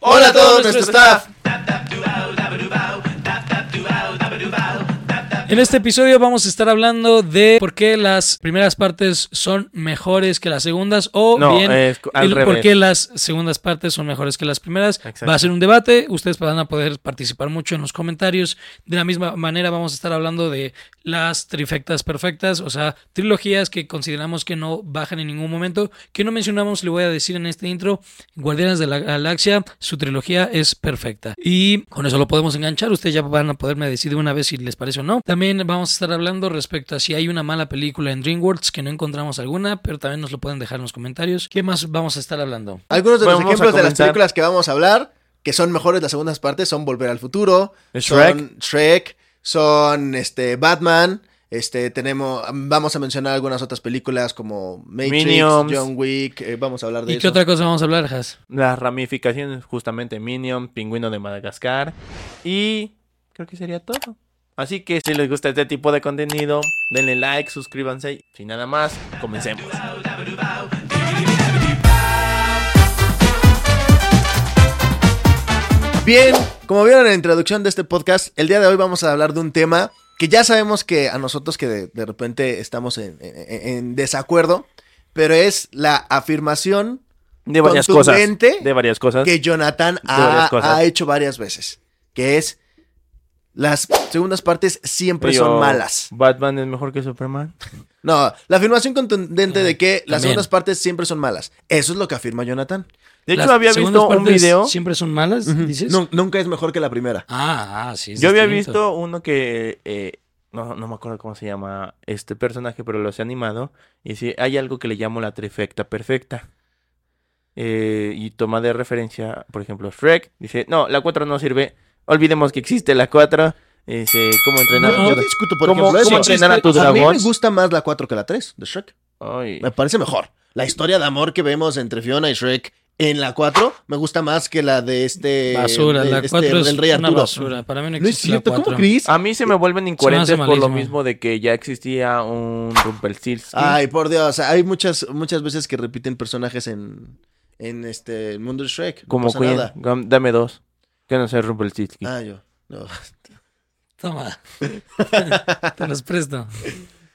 Hola a todo nuestro staff. En este episodio vamos a estar hablando de por qué las primeras partes son mejores que las segundas o No, bien es cu- al el por revés. qué las segundas partes son mejores que las primeras. Exacto. Va a ser un debate, ustedes van a poder participar mucho en los comentarios. De la misma manera vamos a estar hablando de las trifectas perfectas, o sea, trilogías que consideramos que no bajan en ningún momento, que no mencionamos, le voy a decir en este intro, Guardianes de la Galaxia, su trilogía es perfecta. Y con eso lo podemos enganchar. Ustedes ya van a poderme decir de una vez si les parece o no. También vamos a estar hablando respecto a si hay una mala película en DreamWorks que no encontramos alguna, pero también nos lo pueden dejar en los comentarios. ¿Qué más vamos a estar hablando? Algunos de los Vamos a ejemplos de las comentar. películas que vamos a hablar, que son mejores las segundas partes, son Volver al Futuro, Shrek. son Shrek, son este Batman, este tenemos vamos a mencionar algunas otras películas como Matrix, Minions. John Wick, eh, vamos a hablar de ¿Y eso. qué otra cosa vamos a hablar, Has? Las ramificaciones, justamente Minion, Pingüino de Madagascar. Y creo que sería todo. Así que si les gusta este tipo de contenido, denle like, suscríbanse. Y nada más, comencemos. Bien, como vieron en la introducción de este podcast, el día de hoy vamos a hablar de un tema que ya sabemos que a nosotros que de, de repente estamos en, en- en desacuerdo, pero es la afirmación De varias cosas. Contundente. De varias cosas. que Jonathan ha, varias cosas. ha hecho varias veces, que es las segundas partes siempre Yo, son malas. Batman es mejor que Superman. No, la afirmación contundente de que También. las segundas partes siempre son malas. Eso es lo que afirma Jonathan. De hecho, ¿Las había segundas visto un partes video. ¿Siempre son malas? ¿Dices? Nun- nunca es mejor que la primera. Ah, ah, sí. es Yo había distinto. visto uno que eh, no, no me acuerdo cómo se llama este personaje, pero lo se ha animado. Y sí, hay algo que le llamo la trifecta perfecta. Eh, y toma de referencia, por ejemplo, Shrek. Dice, no, la 4 no sirve. Olvidemos que existe la 4. Dice, ¿cómo entrenar? No, a Yo tu- discuto por ¿Cómo- ejemplo eso. cómo entrenar a tu A mí dragón? me gusta más la 4 que la 3 de Shrek. Ay, Me parece mejor. La historia de amor que vemos entre Fiona y Shrek en la 4 me gusta más que la de este. eh, Basura, de la este- 4 es del Rey una Arturo. basura. Ah, Para mí no No es existe cierto, la ¿cómo 4. crees? A mí se me vuelven incoherentes por lo malísimo. mismo de que ya existía un Rumpelstiltskin. Ay, por Dios. Hay muchas, muchas veces que repiten personajes en, en este el mundo de Shrek. No como pasa Queen. nada. Gam- Dame dos. Que no sea Rumpelstiltskin. Ah, yo. No. Toma. Te los presto.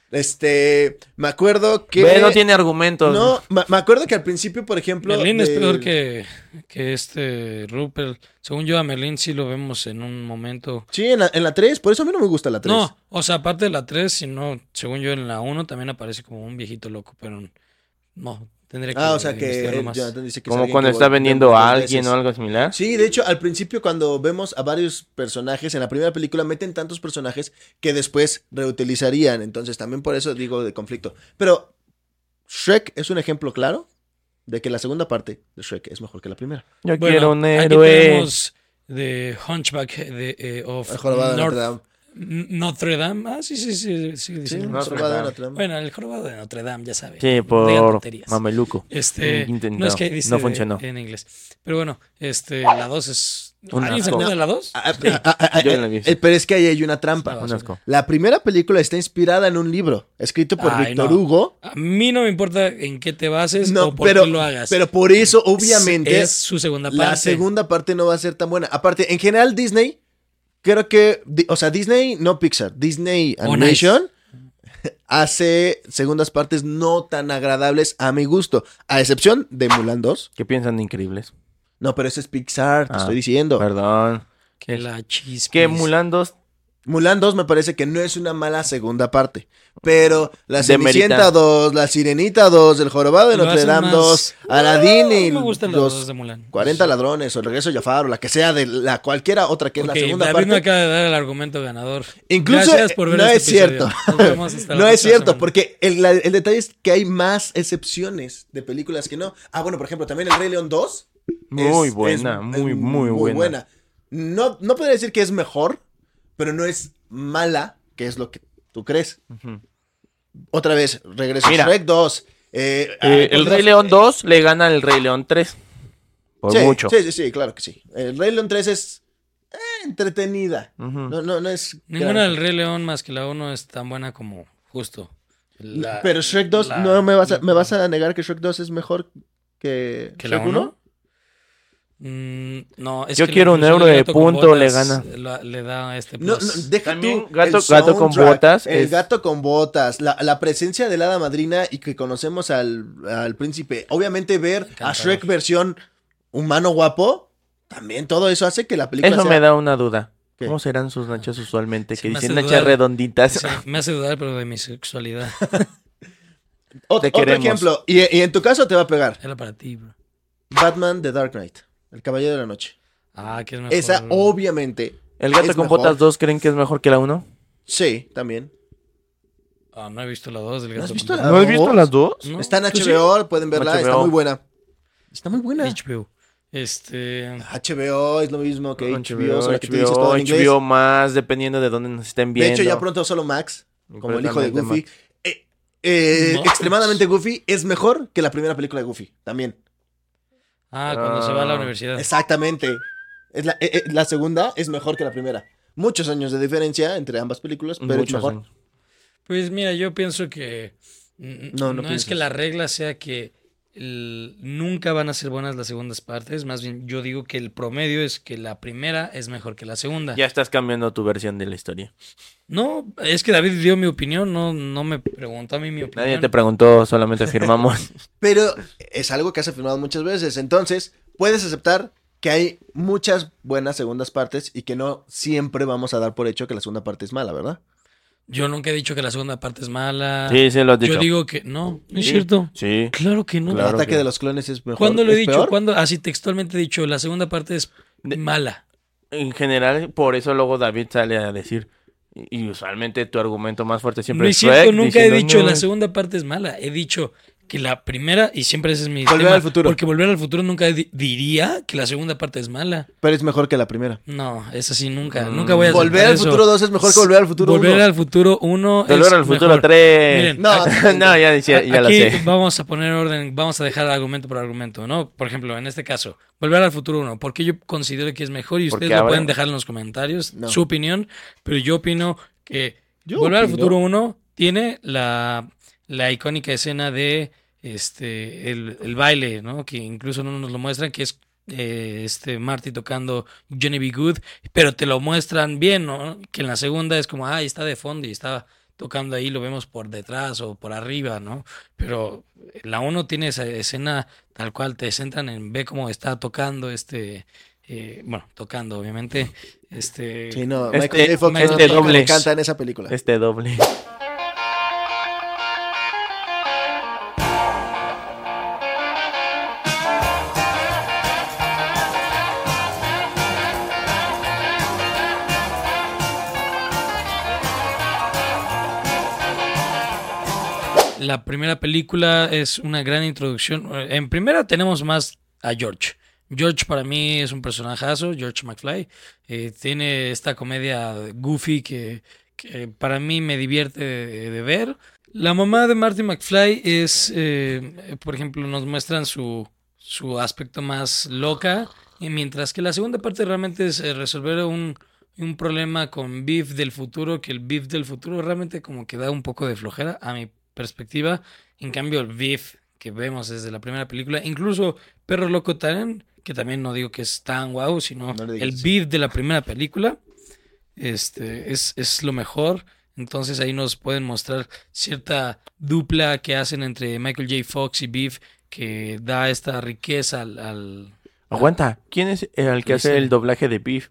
Este, me acuerdo que. Ve, no tiene argumentos. No, me, me acuerdo que al principio, por ejemplo. Merlín es del- peor que, que este Rupert. Según yo, a Merlín sí lo vemos en un momento. Sí, en la, en la 3, por eso a mí no me gusta la 3. No, o sea, aparte de la 3, sino, según yo, en la 1 también aparece como un viejito loco, pero no, tendría que Ah, o sea que investigarlo eh, más. Jonathan dice que es Como alguien cuando que está vol- vendiendo dos a alguien veces. o algo similar. Sí, de hecho, al principio cuando vemos a varios personajes, en la primera película meten tantos personajes que después reutilizarían. Entonces, también por eso digo de conflicto. Pero Shrek es un ejemplo claro de que la segunda parte de Shrek es mejor que la primera. Yo Bueno, quiero un aquí héroe. tenemos The Hunchback de, eh, of El jorobado de North- Notre Dame. N- Notre Dame. Ah, sí, sí, sí. sí, Sí, dice el Notre Notre jorobado de Dame. Notre Dame. Bueno, el jorobado de Notre Dame, ya sabes. Sí, Digan por tonterías. mameluco. Este, Intentado. no es que dice No funcionó. en inglés. Pero bueno, este, la 2 es. Un ¿Alguien se asco. acuerda de la 2? Ah, ah, ah, ah, Yo no la vi. eh, Pero es que ahí hay una trampa. Un asco. La primera película está inspirada en un libro escrito por Ay, Víctor no. Hugo. A mí no me importa en qué te bases No, o por pero, qué lo hagas. pero por eso, obviamente, Es su segunda parte. la segunda parte no va a ser tan buena. Aparte, en general, Disney, creo que, di- o sea, Disney, no Pixar, Disney Oh, Animation hace segundas partes no tan agradables a mi gusto, a excepción de Mulan 2. ¿Qué piensan de increíbles? No, pero eso es Pixar, te Ah, estoy diciendo. Perdón. Que la chispa. Que Mulan 2 Mulan 2 me parece que no es una mala segunda parte. Pero La Demerita. Cenicienta 2, La Sirenita 2, El Jorobado de Lo Notre hacen Dame más- 2, Aladdin y No me gustan las dos los de Mulan. 40 ladrones o El Regreso de Jafar o la que sea de la cualquiera otra que es Ok, la segunda David parte. me acaba de dar el argumento ganador. Incluso Gracias por ver no este es cierto. episodio. Nos vemos hasta la no es próxima cierto, semana. porque el, la- el detalle es que hay más excepciones de películas que no. Ah, bueno, por ejemplo, también El Rey León 2. Muy es- buena, es- muy, es muy buena. No, no podría decir que es mejor, pero no es mala, que es lo que tú crees. Ujú. Otra vez, regreso a Mira. Shrek 2. eh, ay, Eh, el por Rey Dios, León eh, 2 le gana al Rey León 3. Por sí, mucho. Sí, sí, sí, claro que sí. El Rey León 3 es eh, entretenida. Ujú. No, no, no es. Ninguna gran- del Rey León más que la 1 es tan buena como justo. La- Pero Shrek 2, la- ¿no me vas, a, la- me vas a negar que Shrek 2 es mejor que, ¿Que la Shrek uno? Mm, no, es Yo que la quiero un inclusión euro de gato con punto, le botas gana. eh, la- le da este No, no, plus. deja También tú gato- el gato con soundtrack, botas El es- gato con botas, la, la presencia de la hada madrina y que conocemos al, al príncipe. Obviamente ver a Encantador. Shrek versión humano guapo, también todo eso hace que la película Eso sea- me da una duda. ¿Qué? ¿Cómo serán sus nachos usualmente? Sí, que me dicen hace nachas dudar. redonditas. Sí, me hace dudar, pero de mi sexualidad. Ot- Te Otro queremos. ejemplo, y, y en tu caso te va a pegar. Era para ti, bro. Batman The Dark Knight, El Caballero de la Noche. Ah, que es mejor. Esa obviamente, ¿El gato Es con mejor. botas 2 creen que es mejor que la 1? sí, también. Ah, no he visto la 2 del ¿No has gato visto con la ¿No has visto las dos? botas. No, Está en ¿tú sí? HBO, pueden verla, está HBO. muy buena. Está muy buena. HBO. Este. HBO es lo mismo que Con HBO, solo que tú dices todo en inglés. HBO más, dependiendo de dónde nos estén De viendo. hecho, ya pronto solo Max, como el hijo de Completamente Goofy. Eh, eh, Max. extremadamente Goofy es mejor que la primera película de Goofy, también. Ah, cuando se va a la Ah. universidad. Exactamente. Es la, eh, eh, la segunda es mejor que la primera. Muchos años de diferencia entre ambas películas, pero es Muchos mejor. años. Pues mira, yo pienso que n- No, no, no es que pienses. la regla sea que el- nunca van a ser buenas las segundas partes, más bien yo digo que el promedio es que la primera es mejor que la segunda. Ya estás cambiando tu versión de la historia. No, es que David dio mi opinión, no, no me preguntó a mí mi opinión. Nadie te preguntó, solamente afirmamos. Pero es algo que has afirmado muchas veces. Entonces, puedes aceptar que hay muchas buenas segundas partes y que no siempre vamos a dar por hecho que la segunda parte es mala, ¿verdad? yo nunca he dicho que la segunda parte es mala. sí, sí, lo has dicho. Ah, yo digo que no, no es Sí, cierto. Sí. Claro que no. Claro el ataque que- de los clones es mejor. ¿Cuándo lo he es dicho? peor. ¿Cuándo? Así textualmente he dicho, la segunda parte es De- mala. En general, por eso luego David sale a decir. Y y usualmente tu argumento más fuerte siempre no es es cierto, Shrek, nunca he diciendo, "Mm, dicho "No, la segunda parte es mala. He dicho que la primera, y siempre ese es mi. Volver tema, al futuro. Porque volver al futuro nunca di- diría que la segunda parte es mala. Pero es mejor que la primera. No, es así nunca. Mm. Nunca voy a Volver aceptar al eso. futuro 2 es mejor que volver al futuro 1. Volver al futuro 1. Volver al futuro 3. Miren, No, a- no, ya, decía, ya lo Aquí sé. vamos a poner orden, vamos a dejar argumento por argumento, ¿no? Por ejemplo, en este caso, volver al futuro 1, porque yo considero que es mejor y Porque ustedes lo ahora- pueden dejar en los comentarios, No. su opinión, pero yo opino que Yo volver al opino. futuro 1 tiene la, la icónica escena de este el, el baile, ¿no? Que incluso no nos lo muestran, que es eh, este Marty tocando Johnny B. Good, pero te lo muestran bien, ¿no? Que en la segunda es como, ah, está de fondo y está tocando ahí, lo vemos por detrás o por arriba, ¿no? Pero la uno tiene esa escena tal cual, te centran en, ve cómo está tocando este, eh, bueno, tocando obviamente, este... Sí, no, Este- Michael J. Fox este no toca, doble. me encanta en esa película. Este doble. La primera película es una gran introducción. En primera tenemos más a George. George para mí es un personajazo, George McFly. Eh, tiene esta comedia goofy que, que para mí me divierte de, de ver. La mamá de Marty McFly es, eh, por ejemplo, nos muestran su, su aspecto más loca, y mientras que la segunda parte realmente es eh, resolver un, un problema con Beef del futuro, que el Beef del futuro realmente como que da un poco de flojera a mi perspectiva. En cambio, el Beef que vemos desde la primera película, incluso Perro Loco Taren, que también no digo que es tan guau, sino No le digas el eso. Beef de la primera película, este es, es lo mejor. Entonces ahí nos pueden mostrar cierta dupla que hacen entre Michael J. Fox y Beef que da esta riqueza al, al- Aguanta. ¿Quién es el que hace Sí. el doblaje de Beef?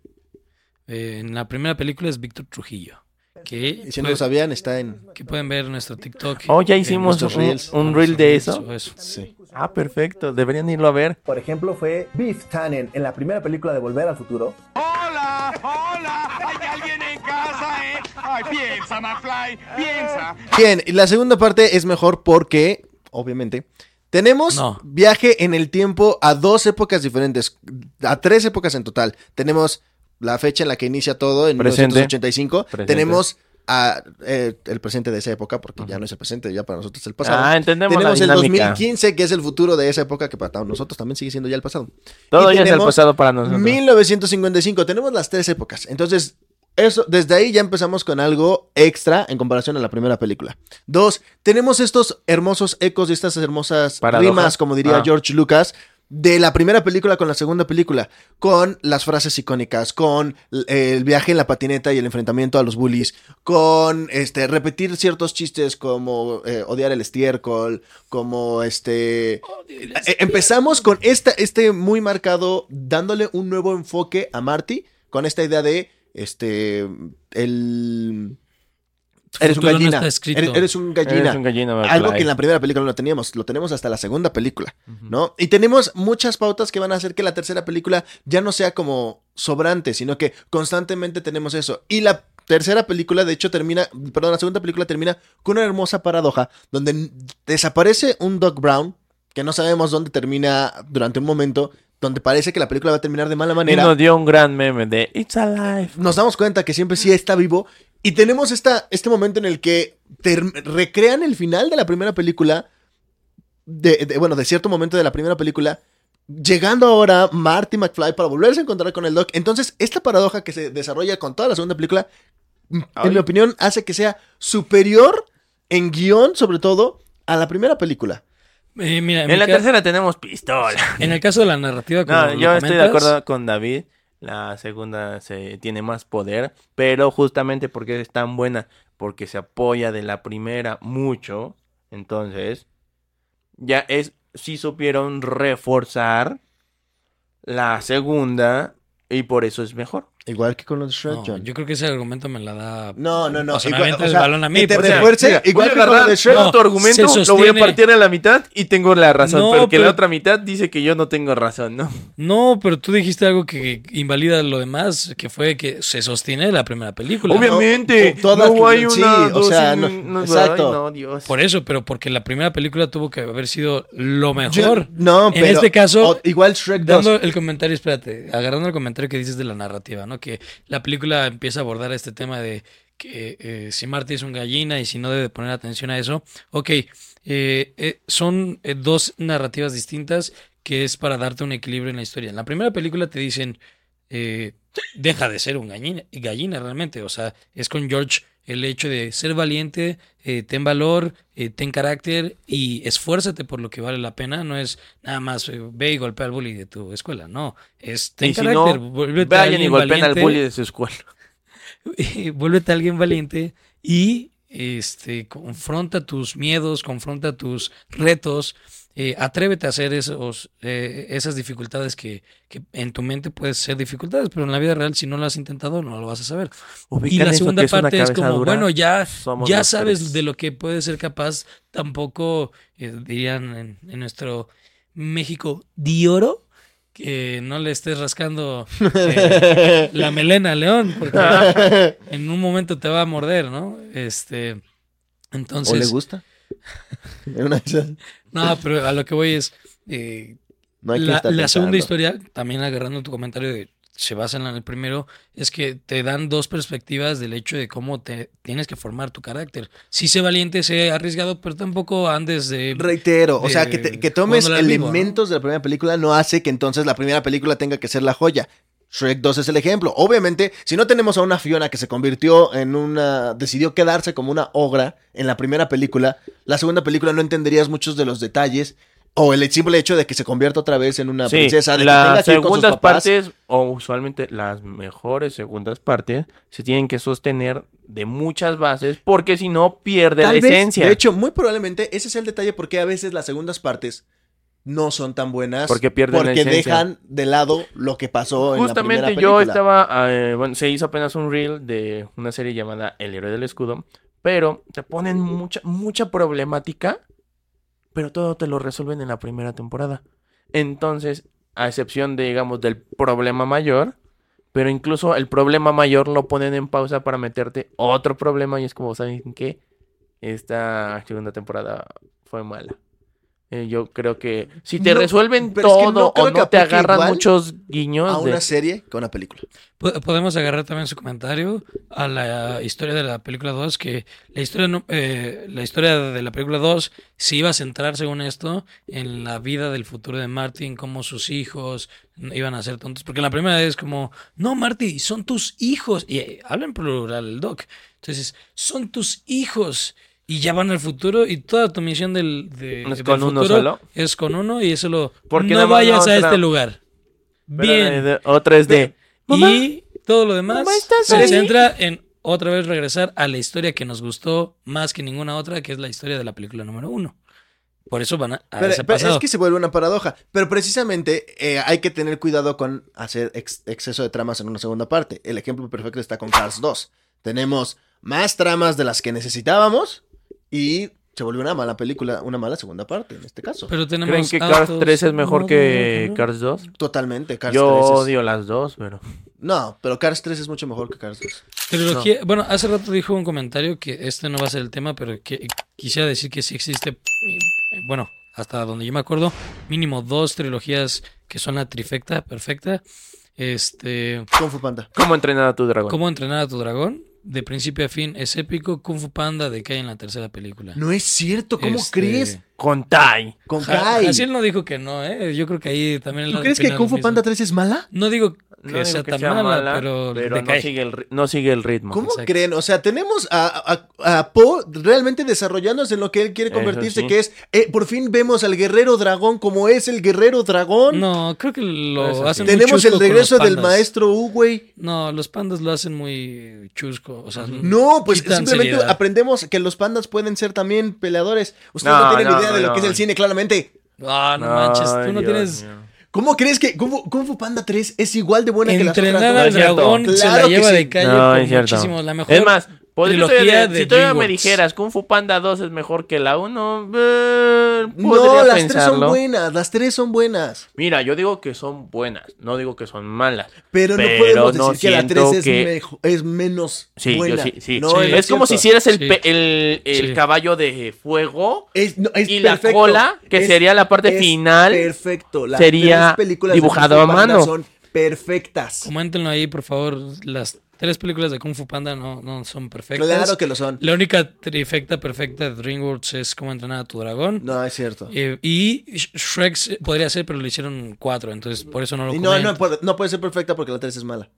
eh, en la primera película es Víctor Trujillo. Que, Y si no puede- lo sabían, está en... que pueden ver en nuestro TikTok. Oh, ya en hicimos nuestros un, reels. un reel de eso. o eso. Sí. Ah, perfecto. Deberían irlo a ver. Por ejemplo, fue Beef Tannen en la primera película de Volver al Futuro. ¡Hola! ¡Hola! ¡Hay alguien en casa, eh! ¡Ay, piensa, McFly! ¡Piensa! Bien, y la segunda parte es mejor porque, obviamente, tenemos No. viaje en el tiempo a dos épocas diferentes, a tres épocas en total. Tenemos la fecha en la que inicia todo, en Presente. 1985. Presente. Tenemos a, eh, el presente de esa época, porque ya no es el presente, ya para nosotros es el pasado. Ah, entendemos la tenemos el dinámica. 2015, que es el futuro de esa época, que para nosotros también sigue siendo ya el pasado. Todo Y ya es el tenemos pasado para nosotros. 1955, tenemos las tres épocas. Entonces, eso, desde ahí ya empezamos con algo extra en comparación a la primera película. Dos, tenemos estos hermosos ecos y estas hermosas Paradojas. rimas, como diría Ah. George Lucas, de la primera película con la segunda película, con las frases icónicas, con l- el viaje en la patineta y el enfrentamiento a los bullies, con este repetir ciertos chistes como eh, odiar el estiércol, como este eh, Empezamos con esta, este muy marcado, dándole un nuevo enfoque a Marty, con esta idea de, este, el... Eres un futuro no gallina. está escrito. Eres, eres un gallina. Eres un gallina, Barclay. Algo que en la primera película no lo teníamos, lo tenemos hasta la segunda película, Ujú. ¿no? Y tenemos muchas pautas que van a hacer que la tercera película ya no sea como sobrante, sino que constantemente tenemos eso. Y la tercera película, de hecho, termina, perdón, la segunda película termina con una hermosa paradoja donde n- desaparece un Doc Brown, que no sabemos dónde termina durante un momento, donde parece que la película va a terminar de mala Y manera nos dio un gran meme de It's Alive. nos damos cuenta que siempre sí está vivo. Y tenemos esta, este momento en el que te recrean el final de la primera película. De, de- bueno, de cierto momento de la primera película. Llegando ahora Marty McFly para volverse a encontrar con el Doc. Entonces, esta paradoja que se desarrolla con toda la segunda película, m- en Ay. mi opinión, hace que sea superior en guión, sobre todo, a la primera película. Eh, mira, en, En mi la ca- tercera tenemos pistola. en el caso de la narrativa, como No, lo yo estoy de comentas, acuerdo con David. La segunda se tiene más poder, pero justamente porque es tan buena, porque se apoya de la primera mucho, entonces ya es sí supieron reforzar la segunda y por eso es mejor. Igual que con los Shrek, no, John. yo creo que ese argumento me la da. No, no, no. O sea, me igual- avienta o el sea, balón a mí, que te porque- refuerce, Mira, igual voy a que con lo de agarrar Shrek. todo tu se argumento, lo voy a sostiene. partir a la mitad y tengo la razón, No, pero que pero- la otra mitad dice que yo no tengo razón, ¿no? No, pero tú dijiste algo que invalida lo demás, que fue que se sostiene la primera película. Obvio. Obviamente, to- todas no hay una, las- sí, o dos, sea, un- no- un- exacto. ay, no, Dios. Por eso, pero porque la primera película tuvo que haber sido lo mejor. Yo- no, en pero- este caso, o- igual Shrek 2. Dando el comentario, espérate, agarrando el comentario que dices de la narrativa, ¿no? Que la película empieza a abordar este tema de que eh, si Marty es un gallina y si no debe de poner atención a eso. Ok, eh, eh, son eh, dos narrativas distintas que es para darte un equilibrio en la historia. En la primera película te dicen, eh, deja de ser un gallina, gallina realmente, o sea, es con George el hecho de ser valiente, eh, ten valor, eh, ten carácter y esfuérzate por lo que vale la pena, no es nada más eh, ve y golpea al bully de tu escuela, no, es ten Y si carácter, no, vuélvete vayan y alguien golpeen al valiente, bully de su escuela. vuélvete alguien valiente y este, confronta tus miedos, confronta tus retos, eh, atrévete a hacer esos, eh, esas dificultades que, que en tu mente pueden ser dificultades, pero en la vida real si no lo has intentado no lo vas a saber. Y Ubican la eso segunda que es una parte es cabeza como, dura. bueno, ya, Somos ya los sabes tres. de lo que puedes ser capaz, tampoco eh, dirían en, en nuestro México di oro. Que no le estés rascando eh, la melena, León, porque en un momento te va a morder, ¿no? Este, entonces. ¿O le gusta? En una de esas, No, pero a lo que voy es. eh, no hay que la, estar la segunda pensando. historia, también agarrando tu comentario de se basa en el primero, es que te dan dos perspectivas del hecho de cómo te tienes que formar tu carácter. Sí, sé valiente, sé arriesgado, pero tampoco andes de. Reitero, o sea, que, te- de- que tomes jugándola al vivo, ¿no? elementos de la primera película no hace que entonces la primera película tenga que ser la joya. Shrek 2 es el ejemplo. Obviamente, si no tenemos a una Fiona que se convirtió en una. decidió quedarse como una ogra en la primera película, la segunda película no entenderías muchos de los detalles. O el simple hecho de que se convierta otra vez en una Sí, princesa. De que tenga las que ir con sus segundas papás. partes, o usualmente las mejores segundas partes, se tienen que sostener de muchas bases, porque si no pierde Tal la vez, esencia. de hecho, muy probablemente ese es el detalle porque a veces las segundas partes no son tan buenas. Porque pierden la Porque esencia. dejan de lado lo que pasó en la Justamente primera yo película. estaba, eh, bueno, se hizo apenas un reel de una serie llamada El héroe del escudo, pero te ponen mucha, mucha problemática, pero todo te lo resuelven en la primera temporada. Entonces, a excepción de, digamos, del problema mayor, pero incluso el problema mayor lo ponen en pausa para meterte otro problema y es como, ¿saben qué? Esta segunda temporada fue mala. Eh, yo creo que si te No, resuelven pero es que no todo creo o que no te aplique agarran igual muchos guiños A de- una serie que a una película. Po- Podemos agarrar también su comentario a la historia de la película 2, que la historia, no- eh, la historia de la película 2 se iba a centrar, según esto, en la vida del futuro de Marty, en cómo sus hijos iban a ser tontos. Porque la primera es como, no, Marty, son tus hijos. Y eh, habla en plural el doc. Entonces, son tus hijos. y ya van al futuro y toda tu misión del, de, ¿No es del con uno futuro solo? es con uno y eso lo... ¿Por qué no no van a vayas a otra? este lugar. Pero, Bien. eh, de- otra es de. "Mamá, y todo lo demás Mamá, ¿estás se ahí? centra en otra vez regresar a la historia que nos gustó más que ninguna otra, que es la historia de la película número uno. Por eso van a, a Pero, ese pero pasado. es que se vuelve una paradoja. Pero precisamente eh, hay que tener cuidado con hacer ex- exceso de tramas en una segunda parte. El ejemplo perfecto está con Cars 2. Tenemos más tramas de las que necesitábamos y se vuelve una mala película, una mala segunda parte en este caso. Pero tenemos ¿Creen que Cars autos, 3 es mejor que modos, Cars 2? Totalmente, Cars Yo 3 es- odio las dos, pero. No, pero Cars 3 es mucho mejor que Cars 2. Trilogía, bueno, hace rato dijo un comentario que este no va a ser el tema, pero que quisiera decir que sí existe, eh, bueno, hasta donde yo me acuerdo, mínimo dos trilogías que son la trifecta perfecta. Este, Kung Fu Panda. ¿Cómo entrenar a tu dragón? ¿Cómo entrenar a tu dragón? De principio a fin es épico. Kung Fu Panda decae en la tercera película. No es cierto, ¿cómo Este, crees? Con Tai. Con Ja- Kai. Jaciel no dijo que no, ¿eh? Yo creo que ahí también... ¿Tú la crees que opinan Kung Fu lo mismo. Panda 3 es mala? No digo que No digo sea que tan sea mala, mala, pero, pero no, decae. sigue el, ri- no sigue el ritmo. ¿Cómo Exacto. creen? O sea, tenemos a, a- a Poe realmente desarrollándose en lo que él quiere Eso convertirse, sí. que es, eh, por fin vemos al guerrero dragón como es el guerrero dragón. No, creo que No es lo así. hacen muy tenemos chusco el con regreso los del pandas. maestro Uwey. No, los pandas lo hacen muy chusco. O sea, mm, No, pues quitan simplemente seriedad. aprendemos que los pandas pueden ser también peleadores. Ustedes no, No, tienen no, idea de lo no. que es el cine, claramente. Ah, no manches, tú Ay, no Dios tienes... mío. ¿Cómo crees que Kung Fu, Kung Fu Panda 3 es igual de buena que las Entrenar otras al es cierto. dragón se la Claro que lleva sí. de calle No, con es cierto. muchísimo. La mejor es más, podría- trilogía si de todavía me DreamWorks. dijeras Kung Fu Panda 2 es mejor que la 1, eh, podría No, las tres son pensarlo. buenas, las tres son buenas. Mira, yo digo que son buenas, no digo que son malas. Pero, Pero no podemos no decir que la 3 siento es, que- mejo- es menos Sí, buena. yo sí, sí. No, Sí. no Es como si cierto. hicieras el, Sí. pe- el, el Sí. caballo de fuego Es, no, es y la perfecto. cola, que Es- sería la parte es final. Perfecto. Las sería tres películas de dibujado Kung Fu a Panda mano. Son perfectas. Coméntenlo ahí, por favor. Las tres películas de Kung Fu Panda no, no son perfectas. Claro que lo son. La única trifecta perfecta de DreamWorks es Cómo entrenar a tu dragón. No, es cierto. Eh, y Sh- Shrek se- podría ser, pero le hicieron cuatro, entonces por eso no lo Y no, comento. no, puede- no puede ser perfecta porque la 3 es mala.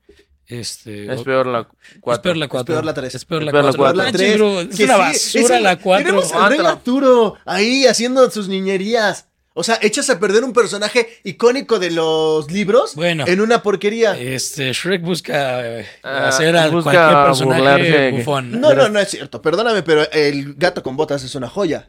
Este, Es o- peor la es 4. peor la cuatro. Es peor la tres. Es peor la Es peor la cuatro. cuatro. No La manches, 3 bro, es una basura la cuatro. Tenemos al Cuatro. rey Arturo ahí haciendo sus niñerías. O sea, echas a perder un personaje icónico de los libros Bueno. en una porquería. Este, Shrek busca eh, Ah, hacer a busca cualquier personaje burlarse. bufón. No, no, no es cierto. Perdóname, pero el gato con botas es una joya.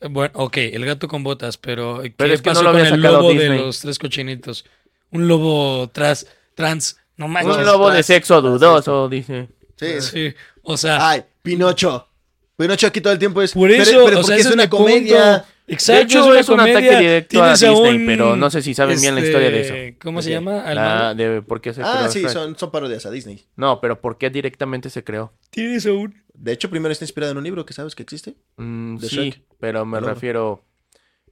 Eh, Bueno, ok, el gato con botas, pero ¿qué Pero es que no pasó lo con había el sacado lobo de Disney. los tres cochinitos? Un lobo tras, trans, no manches. Un lobo Ah, de sexo dudoso, dice. Sí. Sí, o Ah, sea, Ay, Pinocho. Pinocho aquí todo el tiempo es. por eso, pero, pero o sea, porque ese es una mi punto. comedia. Exacto, De hecho, es, un comedia. ataque directo a Tienes a Disney, un, pero no sé si saben bien la este, historia de eso. ¿Cómo se Ok. llama? Al La malo. de por qué se Ah, creó sí, Shrek. son, son parodias a Disney. No, pero ¿por qué directamente se creó? Tienes a un... De hecho, primero está inspirado en un libro que sabes que existe. Mm, De sí, Shrek. pero me El hombre. refiero.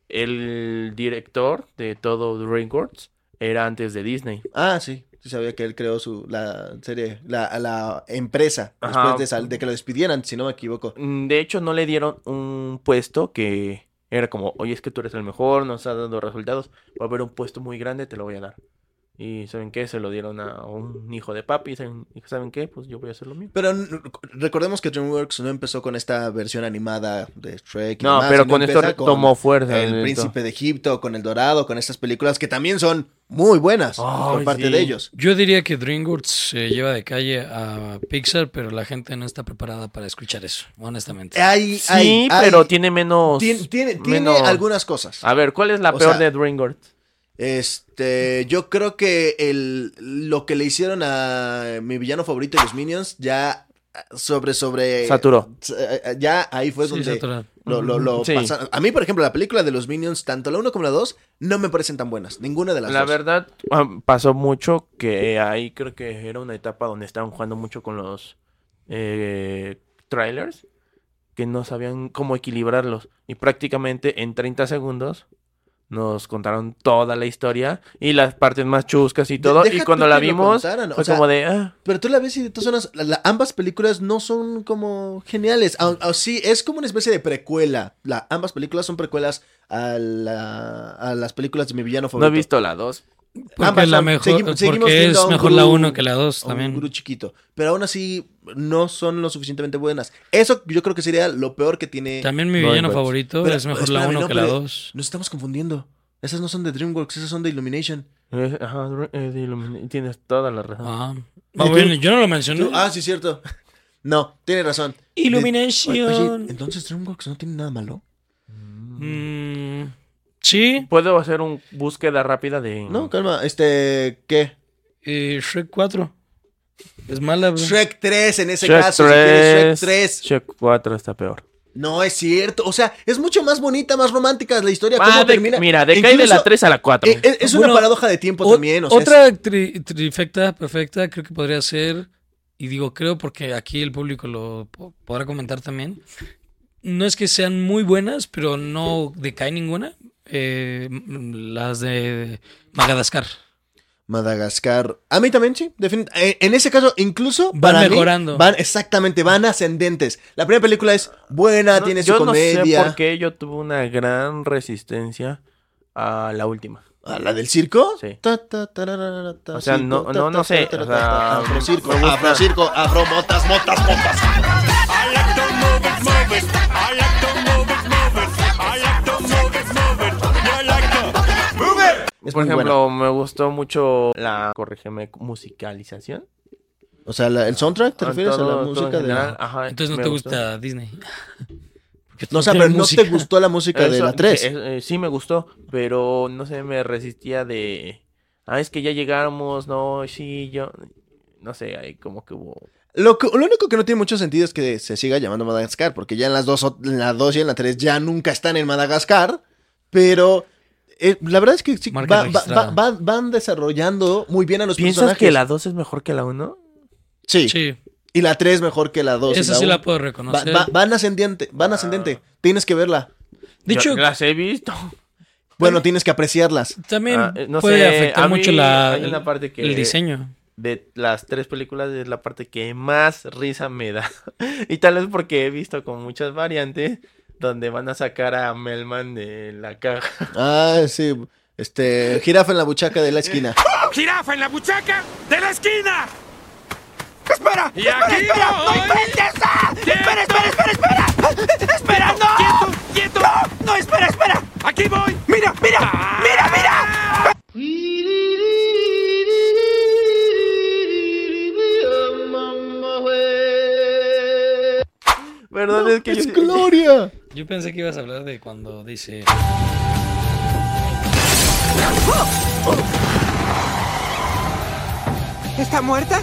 El director de todo DreamWorks era antes de Disney. Ah, sí. Sí sabía que él creó su, la serie, la, la empresa, Ajá. después de, sal- de que lo despidieran, si no me equivoco. Mm, De hecho, no le dieron un puesto que era como, oye, es que tú eres el mejor, nos has dado resultados, va a haber un puesto muy grande, te lo voy a dar. Y ¿saben qué? Se lo dieron a un hijo de papi, ¿saben, ¿saben qué? Pues yo voy a hacer lo mismo. Pero n- recordemos que DreamWorks no empezó con esta versión animada de Shrek. y No, demás, pero sino con esto empieza tomó fuerza. El esto. Príncipe de Egipto, con El Dorado, con estas películas que también son muy buenas por Ay, parte sí. de ellos. Yo diría que DreamWorks se lleva de calle a Pixar, pero la gente no está preparada para escuchar eso, Eh, honestamente. Hay, Sí, hay- hay- pero tiene menos... Tien- tiene, tiene menos- algunas cosas. A ver, ¿cuál es la O peor sea- de DreamWorks? Este, yo creo que el, lo que le hicieron a mi villano favorito y los Minions ya sobre sobre Saturó. eh, Ya ahí fue Sí, donde saturado. lo, lo- lo Sí. pasaron. A mí, por ejemplo, la película de los Minions, tanto la 1 como la 2, no me parecen tan buenas. Ninguna de las La dos. verdad, ah, pasó mucho que ahí creo que era una etapa donde estaban jugando mucho con los eh, trailers que no sabían cómo equilibrarlos. Y prácticamente en 30 segundos nos contaron toda la historia y las partes más chuscas y De- todo. deja y tú cuando que la lo vimos, contaran, o fue sea- como de. ah, Pero tú la ves y de todas formas, la- la- ambas películas no son como geniales. Au- au- sí, es como una especie de precuela. La, ambas películas son precuelas a, la- a las películas de mi villano no he favorito. visto la 2. Porque, ambas la son- mejor, segui- seguimos porque viendo a es un mejor la Gru- Pues 1 que la 2 a un también. Gru chiquito. Pero aún así, no son lo suficientemente buenas. Eso yo creo que sería lo peor que tiene. También mi Robert villano Woods. favorito Pero, pues, es mejor la espérame, 1 no, que la pero- 2. Nos estamos confundiendo. Esas no son de DreamWorks, esas son de Illumination. Eh, ajá, eh, de Illumin- tienes toda la razón. Ah, ¿Y Ah, tú? bueno, yo no lo mencioné. Tú- ah, sí, cierto. No, tiene razón. Illumination. Oye, oye, entonces DreamWorks no tiene nada malo. Mm, sí, Puedo hacer una búsqueda rápida de. No, calma. Este, ¿qué? eh, Shrek 4. Es mala, bro. Shrek 3 en ese Shrek caso. si 3. quieres, Shrek 3. Shrek 4 está peor. No es cierto. O sea, es mucho más bonita, más romántica la historia. ¿Cómo Ah, de- termina? mira, decae de Incluso- la 3 a la 4. Eh, eh, es una Bueno, paradoja de tiempo O- también. O sea, es- otra tri- trifecta perfecta creo que podría ser, y digo creo porque aquí el público lo po- podrá comentar también, no es que sean muy buenas, pero no decae ninguna, eh, m- las de Madagascar. Madagascar. A mí también sí, definit- eh, En ese caso, incluso Van para mí, mejorando. van exactamente, van ascendentes. La primera película es buena, No, tiene su yo comedia. no sé por qué yo tuve una gran resistencia a la última. ¿A Ah, la del circo? Sí. Ta, ta, tararara, ta, O sea, circo, no- ta, no- no ta, sé, ta, ta, o ta, ta, sea, Afrocirco, me gusta. afrocirco, afro motas, motas, motas. I like to move it, move it. I like to move it, move it. I like to move it, move it. You like to move it. Es por muy ejemplo, me gustó mucho la, corrígeme, musicalización. buena. O sea, la- el soundtrack, ¿te Ah, refieres todo- a la todo música en de.? general, ajá, Entonces no Ah, me te gustó. gusta Disney. Porque No, o sea, tiene pero no música. te gustó la música de Eso, la 3. eh, eh, sí me gustó, pero no sé, me resistía de... Ah, es que ya llegamos, no, sí, yo... No sé, ahí como que hubo... Lo, que- lo único que no tiene mucho sentido es que se siga llamando Madagascar, porque ya en las dos, o- en la dos y en la tres ya nunca están en Madagascar, pero eh, la verdad es que sí, Marca va- va- registrada. va- va- van desarrollando muy bien a los ¿Piensas personajes. que la 2 es mejor que la 1? Sí, Sí, y la tres mejor que la dos. y esa sí uno. la puedo Va- reconocer. va- van ascendiente, van ascendente. Tienes que verla. de hecho, las he visto. Bueno, tienes que apreciarlas. también Ah, eh, no puede sé, afectar a mí mucho la, hay una parte que- el diseño. de las tres películas es la parte que más risa me da. Y tal vez porque he visto con muchas variantes donde van a sacar a Melman de la caja. Ah, sí. Este, jirafa en la buchaca de la esquina. Jirafa en la buchaca de la esquina. Espera, y aquí voy. Espera, espera, espera, espera. Espera, no. Quieto, quieto. No, no, espera, espera. Aquí voy. Ah. Mira, mira, mira, mira. Perdón, es que ¡Es yo- Gloria! Yo pensé que ibas a hablar de cuando dice. ¿Está muerta?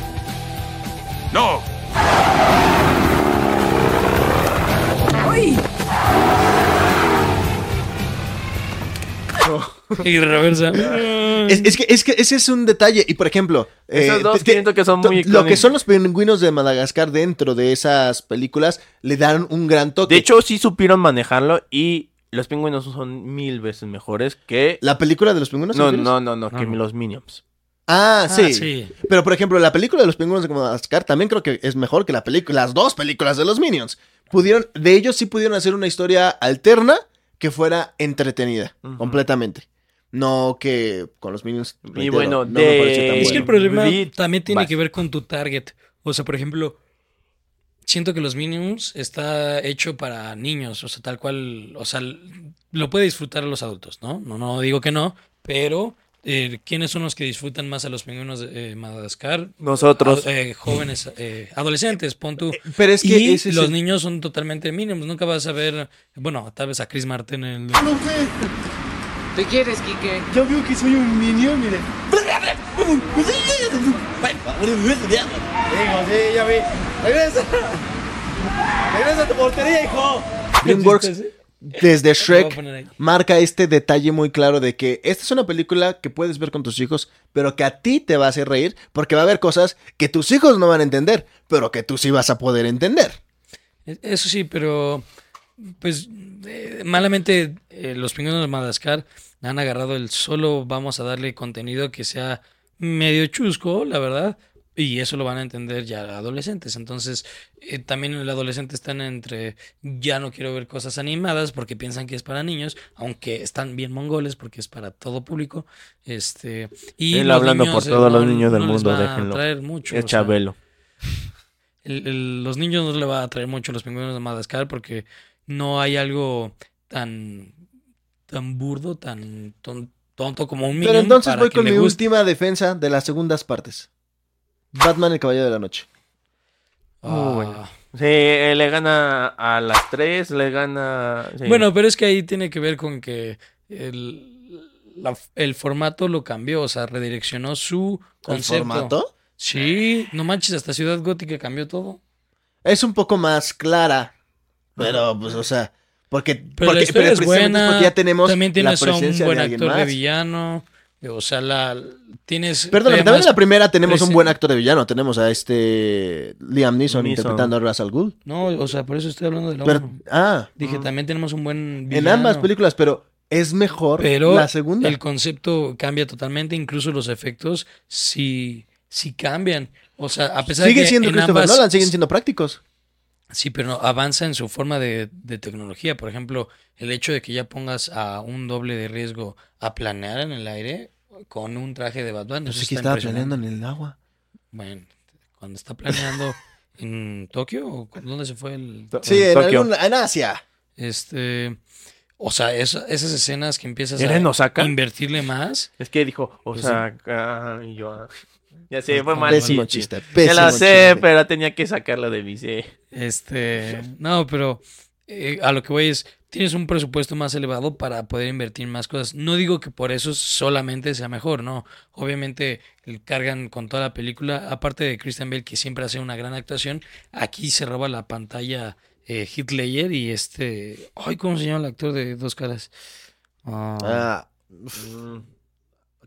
No. Y reversa. Es, es que, es que ese es un detalle. Y por ejemplo, eh, Esos dos te- te- siento que son to- muy Lo icónicos. que son los pingüinos de Madagascar dentro de esas películas le dan un gran toque. De hecho, sí supieron manejarlo y los pingüinos son mil veces mejores que... la película de los pingüinos. No, ¿te refieres? no, no, no, que No. los Minions. Ah, sí. sí. Pero por ejemplo, la película de los pingüinos de Madagascar también creo que es mejor que la película, las dos películas de los Minions. Pudieron, de ellos sí pudieron hacer una historia alterna que fuera entretenida Ujú. completamente. No que con los Minions. Y bueno, no me pareció tan de- Es que el bueno. problema Bleed, también tiene vas. que ver con tu target. O sea, por ejemplo, siento que los Minions está hecho para niños. O sea, tal cual. O sea, lo puede disfrutar a los adultos, ¿no? No, no digo que no, pero. eh, ¿Quiénes son los que disfrutan más a los pingüinos de eh, Madagascar? Nosotros. Ad- eh, jóvenes, eh, adolescentes, pon tú. Pero es que y ese es los el- niños son totalmente mínimos. Nunca vas a ver, bueno, tal vez a Chris Martin en el... ¿Te quieres, Quique? DreamWorks Lo desde voy a Shrek poner ahí. marca este detalle muy claro de que esta es una película que puedes ver con tus hijos, pero que a ti te va a hacer reír porque va a haber cosas que tus hijos no van a entender, pero que tú sí vas a poder entender. E- Eso sí, pero pues eh, malamente eh, los pingüinos de Madagascar han agarrado el solo vamos a darle contenido que sea medio chusco, la verdad, y eso lo van a entender ya adolescentes. Entonces, eh, también el adolescente están entre ya no quiero ver cosas animadas porque piensan que es para niños, aunque están bien mongoles porque es para todo público. Este, y Él los hablando por eh, todos los niños del les mundo, va a déjenlo. atraer mucho, Es o sea, Chabelo. el- el- los niños no le va a atraer mucho los pingüinos de Madagascar porque no hay algo tan, tan burdo, tan ton- tonto como un Pero Minion entonces para voy que con le mi guste. última defensa de las segundas partes. Batman el Caballero de la Noche. Muy Ah. bueno. Sí, eh, le gana a las tres, le gana. sí. Bueno, pero es que ahí tiene que ver con que el, la- el formato lo cambió, o sea, redireccionó su concepto. ¿El formato? Sí, no manches, hasta Ciudad Gótica cambió todo. Es un poco más clara. Pero, pues, o sea. Porque, Pero porque, la historia pero es precisamente es buena. porque ya tenemos también la tienes a un presencia buen de alguien actor de más. villano. O sea, la tienes. Perdón, además- también en la primera tenemos un presen- buen actor de villano. Tenemos a este Liam Neeson, Neeson. interpretando a Ra's al Ghul. No, o sea, por eso estoy hablando de la Pero- uno. ah, Dije, también tenemos un buen en villano. ambas películas, pero es mejor Pero la segunda. el concepto cambia totalmente, incluso los efectos sí, sí cambian. O sea, a pesar de Siguen que siendo en Christopher ambas- Nolan, siguen siendo prácticos. Sí, pero no, avanza en su forma de, de tecnología. Por ejemplo, el hecho de que ya pongas a un doble de riesgo a planear en el aire con un traje de Batman. No Pues eso sé qué está estaba impresionante. planeando en el agua. Bueno, cuando está planeando en Tokio o cu- dónde se fue el To- Sí, en, Tokio. algún- en Asia. este o sea, esa- esas escenas que empiezas ¿Era a en Osaka? invertirle más. Es que dijo, o Pues sea, ca- y yo. ah, Ya sé, fue mal. Pésimo chiste. chiste. Ya Pésimo lo sé, chiste. pero tenía que sacarlo de mi sí. Este, no, pero eh, a lo que voy es tienes un presupuesto más elevado para poder invertir más cosas. No digo que por eso solamente sea mejor, no. Obviamente el- cargan con toda la película, aparte de Christian Bale que siempre hace una gran actuación, aquí se roba la pantalla eh, Heath Ledger y este, ay, ¿cómo se llama el actor de Dos Caras? Ah, Ah, Mm.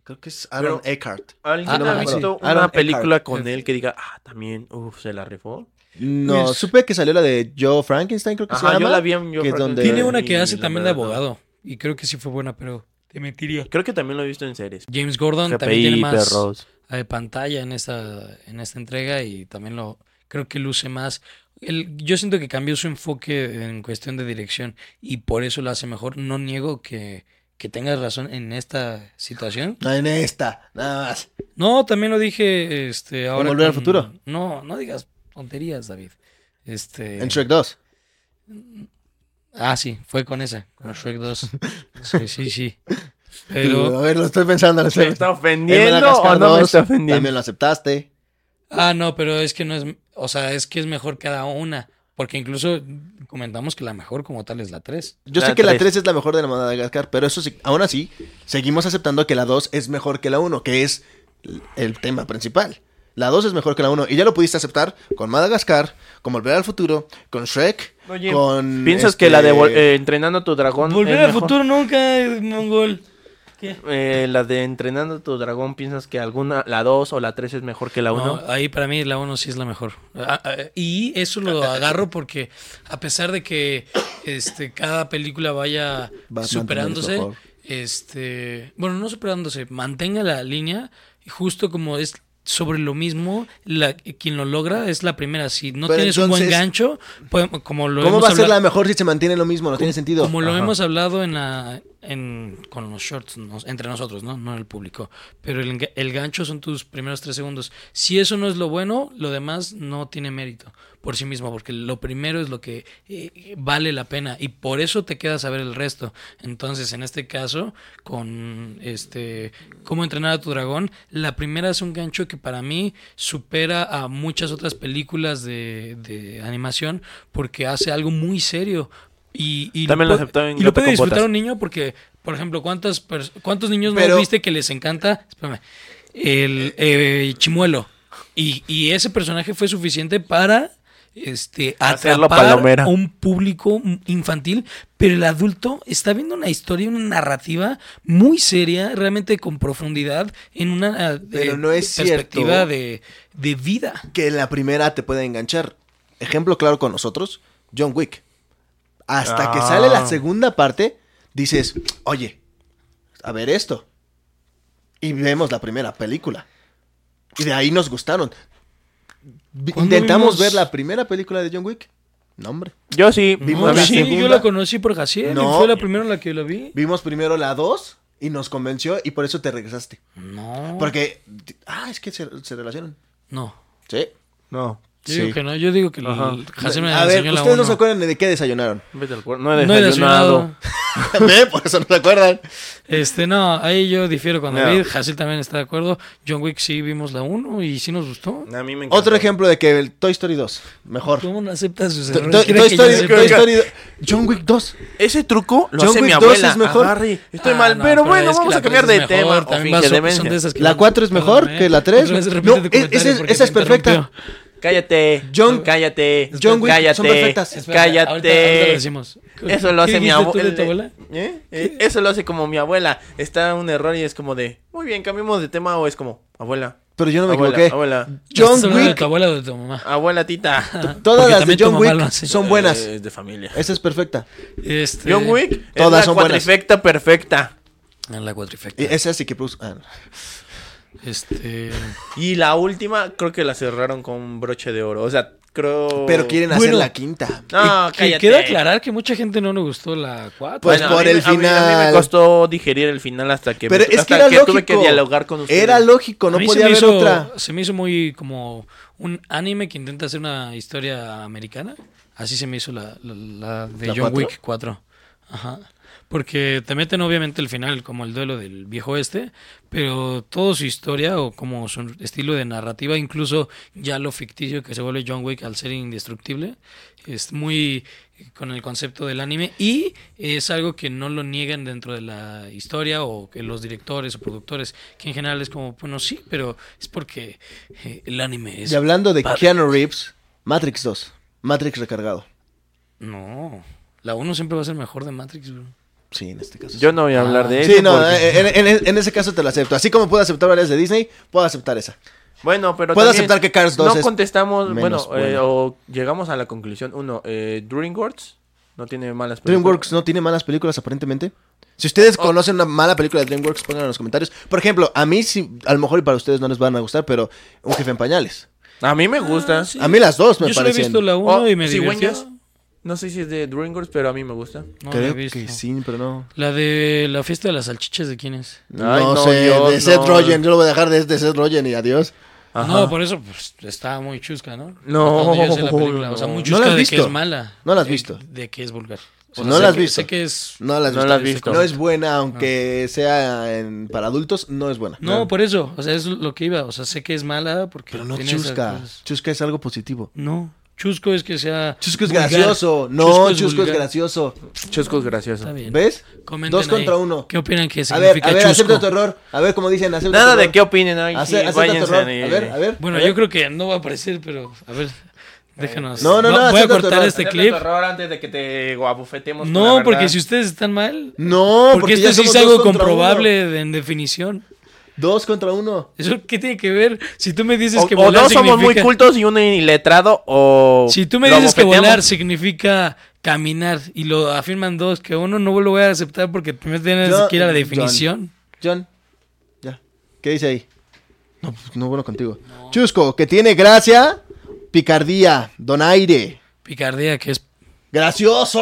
creo que es Aaron Pero- Eckhart. ¿Alguien Ah, no, ha sí. visto una Aaron película Eckhart. con él que diga, ah, también, uff, se la rifó? No, Pues- supe que salió la de Joe Frankenstein, creo que se Ajá, llama. yo la vi en yo que es creo donde- Tiene Eh, una y que hace la también de verdad, no. abogado. Y creo que sí fue buena, pero te mentiría. Creo que también lo he visto en series. James Gordon también tiene GPI, más perros. eh, pantalla en esta, en esta entrega y también lo creo que luce más. El- yo siento que cambió su enfoque en cuestión de dirección y por eso lo hace mejor. No niego que, que tengas razón en esta situación. No, en esta, nada más. No, también lo dije este, ahora. Volver al Futuro? No, no digas tonterías, David. Este, En Shrek 2. Ah, sí, fue con esa, con Shrek 2. Sí, sí, sí. Pero. A ver, lo estoy pensando. Lo estoy ¿Me está En ofendiendo o Madagascar no me 2, está ofendiendo? También lo aceptaste. Ah, no, pero es que no es. O sea, es que es mejor cada una. Porque incluso comentamos que la mejor como tal es la 3. Yo sé La que la tres. 3 es la mejor de la Madagascar, pero eso sí, aún así, seguimos aceptando que la 2 es mejor que la 1, que es l- el tema principal. La 2 es mejor que la 1 y ya lo pudiste aceptar con Madagascar, con Volver al Futuro, con Shrek, Oye, con... ¿Piensas este, que la de vol- eh, Entrenando a tu dragón. Volver es al mejor? futuro nunca, eh, Mongol. Eh, la de Entrenando a tu dragón, ¿piensas que alguna, la 2 o la 3 es mejor que la 1? No, ahí para mí la 1 sí es la mejor. Ah, ah, Y eso lo agarro porque a pesar de que este, cada película vaya Batman superándose, también es este, bueno, no superándose, mantenga la línea y justo como es sobre lo mismo, la, quien lo logra es la primera. Si no Pero tienes un buen entonces, gancho, podemos- como lo ¿Cómo hemos va a ser hablado- la mejor si se mantiene lo mismo? No tiene sentido. como lo Ajá. hemos hablado en la en, con los shorts, nos- entre nosotros, ¿no? No el público. Pero el, ga- el gancho son tus primeros tres segundos. Si eso no es lo bueno, lo demás no tiene mérito por sí mismo, porque lo primero es lo que eh, vale la pena y por eso te quedas a ver el resto. Entonces, en este caso, con este cómo entrenar a tu dragón, la primera es un gancho que para mí supera a muchas otras películas de, de animación porque hace algo muy serio. Y, y También lo puede- aceptaba en y lo Gato puede con disfrutar Botas. un niño porque, por ejemplo, ¿cuántas pers- ¿cuántos niños Pero- no viste que les encanta espérame, el eh, chimuelo? Y, y ese personaje fue suficiente para este, Hacerlo atrapar palomera. a un público infantil, pero el adulto está viendo una historia, una narrativa muy seria, realmente con profundidad, en una eh, Pero no es perspectiva cierto. de, de vida. que la primera te puede enganchar. Ejemplo claro con nosotros, John Wick. Hasta que Ah. sale la segunda parte, dices, oye, a ver esto. Y vemos la primera película. Y de ahí nos gustaron. Vi- ¿Cuándo Intentamos vimos- ver la primera película de John Wick. No, hombre. Yo sí. Vimos a mí la Ah, Sí, sí. segunda. yo la conocí por Jaciel, y No. fue la primera en la que la vi. Vimos primero la 2 y nos convenció y por eso te regresaste. ah, No. Porque, ah, es que se, se relacionan. No. Sí. No. Yo digo Sí. que no, yo digo que el Ajá. Hashem a ver, enseñó la ustedes no uno. se acuerdan de qué desayunaron. Vete al cuarto. No he No he desayunado. desayunado. ¿Ve? Por eso no se acuerdan. Este, no, ahí yo difiero con No. David. Hassel también está de acuerdo. John Wick sí vimos la 1 y sí nos gustó. A mí me encanta. Otro ejemplo de que el Toy Story 2, mejor. ¿Cómo no aceptas sus To- to- errores? ¿Quiere Toy que yo Story, acepte? Toy Story 2. John Wick 2. Ese truco lo John hace mi Wick 2 abuela. es mejor. Agarre. Estoy Ah, mal, no, pero bueno, es que vamos la a cambiar tres de es mejor, tema. O también finge va- son- demencia. son de esas que La van- 4 es mejor Perdóname, que la otra 3. vez repite No, tu e- comentario esa es- porque esa te es perfecta. interrumpió. Cállate. John- cállate. John Wick, cállate. son perfectas. Espera, Cállate. ahorita- ahorita lo decimos. Eso lo ¿Qué hace mi dijiste tú abue- de tu eh, abuela. ¿Eh? Eh, Eso lo hace como mi abuela. Está un error y es como de, muy bien, cambiemos de tema o es como, abuela. Pero yo no me abuela, equivoqué. Abuela, ¿Estás John hablando de Wick, tu abuela o de tu mamá? abuela tita. todas Porque las de también tu John mamá lo Wick hace. son buenas. Eh, de familia. Esa es perfecta. Este, John Wick Todas es la son buenas. cuatrifecta perfecta. En la cuatrifecta. E- Esa sí que puso. ah, no. Este. Y la última creo que la cerraron con broche de oro. O sea, creo... Pero quieren Bueno. hacer la quinta. No, que- cállate. que queda aclarar que mucha gente no le gustó la 4. Pues Bueno, a por mí el me- a mí- A mí, me final. costó digerir el final hasta que, Pero me- es que hasta era lógico. tuve que dialogar con ustedes. Era lógico, no A mí se podía me haber hizo- otra. Se me hizo muy como un anime que intenta hacer una historia americana. Así se me hizo la, la- la de ¿La John cuatro? Wick 4. Ajá. Porque te meten obviamente el final como el duelo del viejo este, pero toda su historia o como su estilo de narrativa, incluso ya lo ficticio que se vuelve John Wick al ser indestructible, es muy con el concepto del anime y es algo que no lo niegan dentro de la historia o que los directores o productores, que en general es como, bueno, sí, pero es porque eh, el anime es... Y hablando de padre. Keanu Reeves, Matrix 2. Matrix recargado. No, la 1 siempre va a ser mejor de Matrix, bro. Sí, en este caso. Yo no voy a hablar de eso. sí, no, porque- eh, en, en- en ese caso te la acepto. Así como puedo aceptar varias de Disney, puedo aceptar esa. Bueno, pero Puedo también aceptar que Cars 2 No es contestamos, bueno, menos eh, buena. o llegamos a la conclusión. Uno, eh, DreamWorks no tiene malas películas. DreamWorks no tiene malas películas aparentemente. Oh. Si ustedes conocen una mala película de DreamWorks, pónganla en los comentarios. Por ejemplo, a mí sí, a lo mejor y para ustedes no les van a gustar, pero Un jefe en pañales. A mí me gusta. Ah, Ah, sí. A mí las dos me Yo solo he parecen. visto la 1 Oh, y me divirtió. Cigüeñas. No sé si es de DreamWorks, pero a mí me gusta. No, la he Creo visto. que sí, pero no. La de la fiesta de las salchichas, ¿de quién es? Ay, no, no, sé, Dios, de Seth no. Rogen. Yo lo voy a dejar de, de Seth Rogen y adiós. Ajá. No, por eso pues, está muy chusca, ¿no? No, Hasta donde yo sé la película. O sea, no. muy ¿No chusca la has de visto? que es mala. ¿No la has De- visto? De, que es vulgar. O no sé la has que- visto. Sé que es... No las No visto. la has visto. No es buena, aunque sea en- para adultos, no es buena. Ah. No, por eso. O sea, es lo que iba. O sea, sé que es mala porque... Pero no tiene esas chusca. cosas. Chusca es algo positivo. No. Chusco es que sea... Chusco es vulgar. gracioso. No, Chusco es vulgar. gracioso. Chusco es gracioso. Está bien. ¿Ves? Comenten Dos contra ahí. uno. ¿Qué opinan que A ver, significa a ver, chusco? acepta tu error. A ver, como dicen, acepta tu Nada de error. qué opinen. Ay, Ace- sí, acepta tu váyanse. error. eh. A ver, a ver. Bueno, a ver. yo creo que no va a aparecer, pero... A ver, déjanos. No, no, no, Voy acepta a tu cortar error. este Acepta clip. tu error antes de que te guabufetemos. con la No, verdad. porque si ustedes están mal... No, Porque, ya esto sí es somos algo dos contra uno. comprobable de- en definición. Dos contra uno. ¿Eso qué tiene que ver? Si tú me dices O, que o volar dos somos muy significa- cultos y uno iletrado o... Si tú me lo dices que abofeteamos. volar significa caminar y lo afirman dos, que uno no lo voy a aceptar porque primero tienes Yo- que ir a la John. definición. John, ya. ¿Qué dice ahí? No, pues, no bueno contigo. Chusco, que tiene gracia, picardía, donaire. Picardía, que es... ¡Gracioso!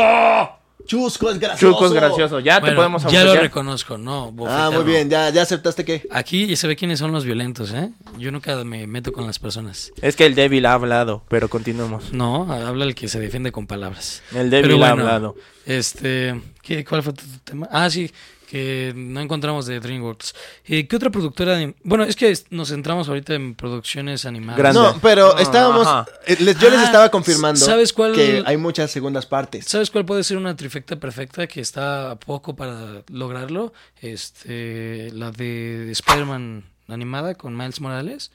Chusco es gracioso. Chusco es gracioso. Ya te Bueno, podemos ya lo abofetear. reconozco, no. Ah, bofetada, muy no. bien, ya, ya aceptaste que. Aquí ya se ve quiénes son los violentos, ¿eh? Yo nunca me meto con las personas. Es que el débil ha hablado, pero continuemos. No, habla el que se defiende con palabras. El débil Pero ha bueno, hablado. Este, ¿qué, ¿cuál fue tu tu tema? Ah, sí, que no encontramos de DreamWorks. Eh, ¿Qué otra productora? de- bueno, es que es- nos centramos ahorita en producciones animadas. Grande. No, pero No, estábamos. ajá. eh, les- yo les Ah, estaba confirmando ¿sabes cuál? que hay muchas segundas partes. ¿Sabes cuál puede ser una trifecta perfecta que está a poco para lograrlo? Este, la de Spider-Man animada con Miles Morales.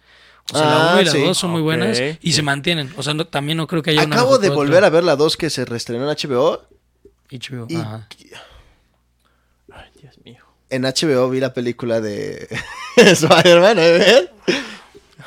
O sea, Ah, la 1 y la sí. 2 son muy Ok. buenas y se mantienen. O sea, no- también no creo que haya una Acabo mejor de que otra. volver a ver la 2 que se reestrenó en HBO. HBO, Y ajá. Ay, Dios mío. en HBO vi la película de Spider-Man, ¿eh?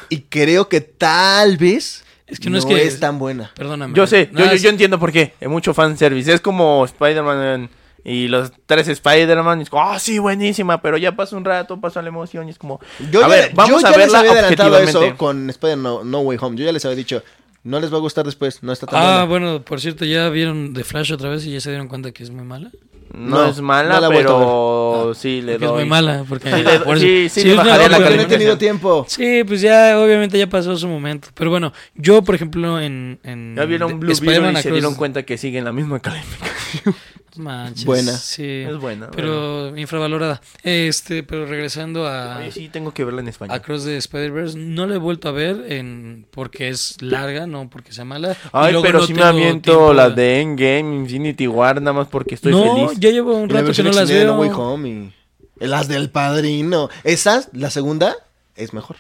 Y creo que tal vez Es que no es que- tan buena. Perdóname. Yo sé, yo, Nada, yo, Ah, es- yo entiendo por qué. Es mucho fanservice. Es como Spider-Man en- y los tres Spider-Man. y es como, ah, sí, buenísima, pero ya pasa un rato, pasa la emoción y es como, Yo a ya, ver, vamos yo a ya les verla había adelantado objetivamente. eso con Spider-Man no, No Way Home. Yo ya les había dicho, no les va a gustar después, no está tan Ah, buena. bueno, por cierto, ya vieron The Flash otra vez y ya se dieron cuenta que es muy mala. No, No, es mala, no la he vuelto a pero sí le porque doy. es muy mala. Porque, Sí, le- por eso- sí, sí, le es una- bajaré la porque- Porque no he calificación. tenido tiempo. Sí, pues ya, obviamente ya pasó su momento. Pero bueno, yo, por ejemplo, en. en Ya vieron Blue Beetle Spider-Man y se Across- dieron cuenta que siguen la misma calificación. Manches, Buena. Sí. Es buena. Pero infravalorada. Este, pero regresando bueno. a. Oye, sí, tengo que verla en español. Across the Spider-Verse no la he vuelto a ver en porque es larga, no porque sea mala. Y Ay, luego pero no sí me tengo aviento tiempo la de Endgame, Infinity War, nada más porque estoy no, feliz. ya llevo un Y la rato que versión no las extendida de veo. No Way Home y- Las del padrino. Esas, la segunda, es mejor.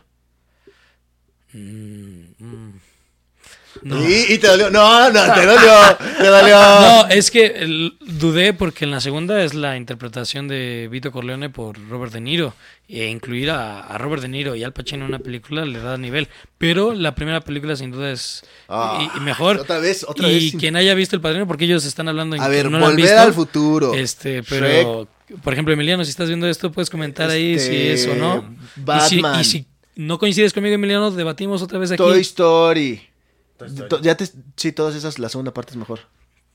Mm, No. Y, y te dolió. No, no, te dolió. Te dolió. No, es que el- dudé porque en la segunda es la interpretación de Vito Corleone por Robert De Niro. E incluir a, a Robert De Niro y Al Pacino en una película le da nivel. Pero la primera película sin duda es Ah, y- y mejor. otra vez, otra y vez. quien haya visto El Padrino, porque ellos están hablando en A que ver, no lo han volver visto. al futuro. Este, pero, por ejemplo, Emiliano, si estás viendo esto, puedes comentar ahí si Este, es o no. Y si- Batman. Y si, no coincides conmigo, Emiliano, debatimos otra vez aquí. Toy Story. To- Ya te, sí, todas esas, la segunda parte es mejor.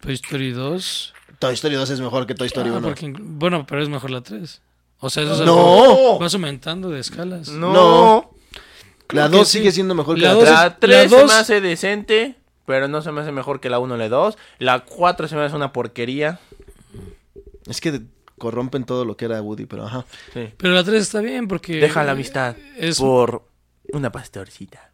Toy Story 2. Toy Story 2 es mejor que Toy Story Ah, 1. porque inclu- bueno, pero es mejor la 3. O sea, eso es No. vas aumentando de escalas. No. No. La Creo que 2 sí. sigue siendo mejor que La la dos 3. es- La 3 la se dos- me hace decente, pero no se me hace mejor que la 1 o la 2. La 4 se me hace una porquería. Es que corrompen todo lo que era Woody, pero ajá. Sí. Pero la 3 está bien porque Deja la amistad es- por una pastorcita.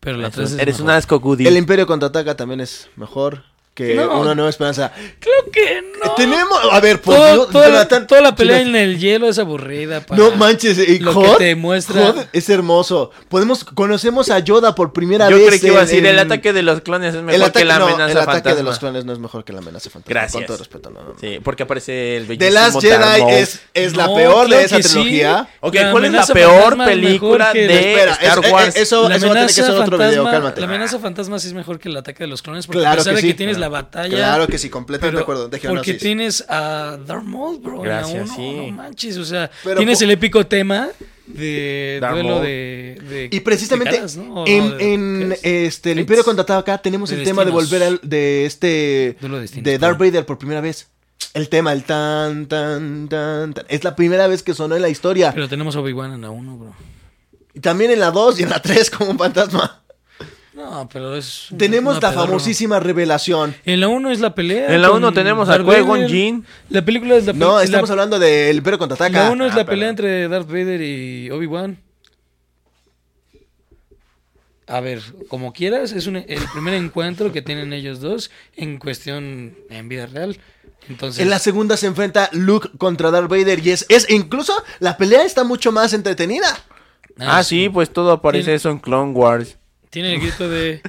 pero la Eres 3 un- es Eres un mejor. asco, Goody. El Imperio contraataca también es mejor que No. Una Nueva Esperanza. Creo que no. Eh, Tenemos. A ver, por Todo- Dios, toda, la, Jonathan, toda la pelea Jonathan, en el hielo es aburrida. para- No manches, y lo Hot, que te muestra- Hot es hermoso. Podemos conocemos a Yoda por primera Yo vez. creí que iba a en- decir el en- ataque de los clones es el mejor ataque- que la no, amenaza el ataque fantasma. de los clones no es mejor que la amenaza fantasma. Gracias. Con todo respeto, no, no, no. Sí, porque aparece el The bellísimo Last Jedi Darth Maul. es, es la No, peor claro de esa que sí. trilogía. Ok, La ¿cuál es la amenaza peor fantasma es mejor película que- de Espera, Star eso- Wars? eh, eso, la eso va a tener que ser amenaza otro video, fantasma- cálmate. La amenaza fantasma sí es mejor que el ataque de los clones porque Claro a pesar que de sí. que tienes la batalla. Claro que sí, completamente pero de acuerdo. Déjenme porque así. tienes a Darth Maul, bro. en la Gracias, uno, sí. No manches, o sea, Pero tienes po- el épico tema de Darth duelo Maul. de, de- Y precisamente de caras, ¿no? O en, no, de- en, ¿qué es? este, el Fates. Imperio Contraataca tenemos De el tema de destinos. volver al, de este Duelo de destinos, de Darth perdón. Vader por primera vez. El tema, el tan, tan, tan, tan. Es la primera vez que sonó en la historia. Pero tenemos a Obi-Wan en la 1, bro. Y También en la 2 y en la 3 como un fantasma. No, pero es. un- Tenemos una la pedorra. famosísima revelación. En la 1 es la pelea. En la con uno tenemos a Darth Vader. Qui-Gon Jinn. La película es la No, la- estamos hablando del Imperio Contraataca. La 1 es Ah, la perdón. pelea entre Darth Vader y Obi-Wan. A ver, como quieras, es un- el primer encuentro que tienen ellos dos en cuestión en vida real. Entonces, En la segunda se enfrenta Luke contra Darth Vader y es, es incluso la pelea está mucho más entretenida. Ah, sí, pues todo aparece Tiene- eso en Clone Wars. Tiene el grito de.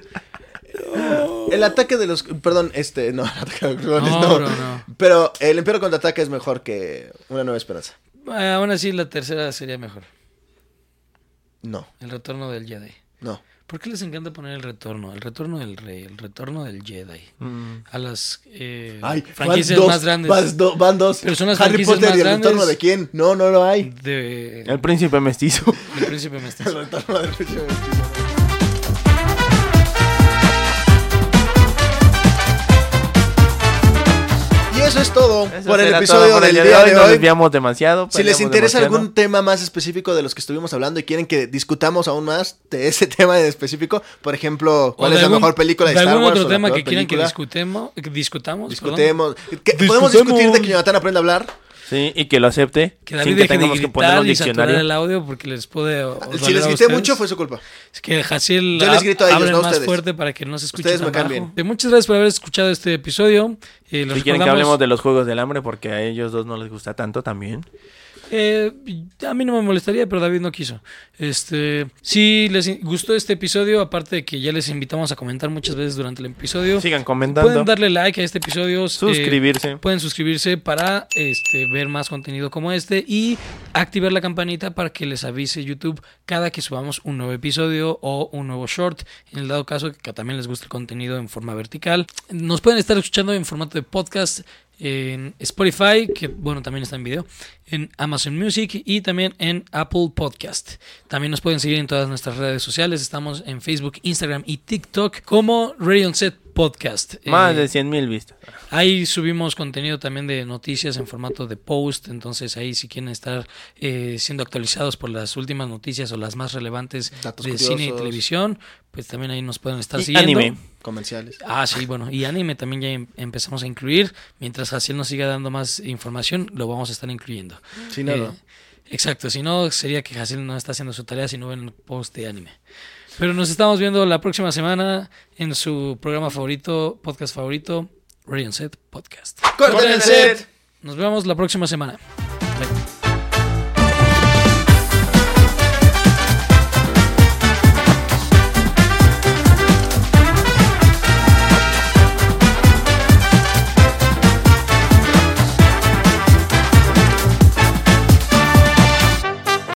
El ataque de los... Perdón, este... No, el ataque de los clones, No, no. bro, no. Pero el Imperio Contraataca es mejor que Una Nueva Esperanza. Ah, aún así, la tercera sería mejor. No, El retorno del Jedi. no. ¿Por qué les encanta poner el retorno? El retorno del rey, el retorno del Jedi. A las eh, Mm. Ay, franquicias van dos, más grandes. Van, do- van dos. Pero son las Harry franquicias Potter más y el retorno grandes. de quién. No, no lo hay. de, El príncipe mestizo. del príncipe mestizo. El retorno del Y eso es todo Eso por el será todo episodio por el del día de hoy. Nos hoy. desviamos demasiado. Si les peleamos interesa demasiado. algún tema más específico de los que estuvimos hablando y quieren que discutamos aún más de ese tema en específico, por ejemplo, O ¿cuál de es la algún- mejor película de, Star algún Wars? o otro la tema peor que quieran que película? discutemos, que discutamos? perdón? Discutemos. ¿Que- ¿Podemos discutir de que Jonathan aprenda a hablar? Sí, y que lo acepte. Que David sin que deje de tengamos que poner gritar un y saturar diccionario. el audio porque les puede o- Si doler les a grité ustedes. mucho, fue su culpa. Es que Hasil Yo les grito a ellos, hablen no a más ustedes. fuerte para que no se escuche Ustedes tan me cambian. bajo. Eh, Muchas gracias por haber escuchado este episodio. Eh, los Si quieren que recordamos- hablemos de los juegos del hambre, porque a ellos dos no les gusta tanto también. Eh, a mí no me molestaría, pero David no quiso. Este, si les in- gustó este episodio, aparte de que ya les invitamos a comentar muchas veces durante el episodio, Sigan comentando. pueden darle like a este episodio, eh, Suscribirse. pueden suscribirse para este, ver más contenido como este y activar la campanita para que les avise YouTube cada que subamos un nuevo episodio o un nuevo short. En el dado caso que también les guste el contenido en forma vertical, nos pueden estar escuchando en formato de podcast en Spotify, que bueno, también está en video, en Amazon Music y también en Apple Podcast. También nos pueden seguir en todas nuestras redes sociales. Estamos en Facebook, Instagram y TikTok como Radio On Set Podcast. Más Eh, de 100 mil vistas. Ahí subimos contenido también de noticias en formato de post, entonces ahí si quieren estar eh, siendo actualizados por las últimas noticias o las más relevantes Datos de cine y curiosos. televisión, pues también ahí nos pueden estar Y siguiendo. anime. comerciales. Ah, sí, bueno, y anime también ya em- empezamos a incluir. Mientras Jaciel nos siga dando más información, lo vamos a estar incluyendo. Sí, nada. Eh, exacto, si no, sería que Jaciel no está haciendo su tarea si no ven el post de anime. Pero nos estamos viendo la próxima semana en su programa favorito, podcast favorito, Radio Set Podcast. ¡Corten el set! Nos vemos la próxima semana. Bye.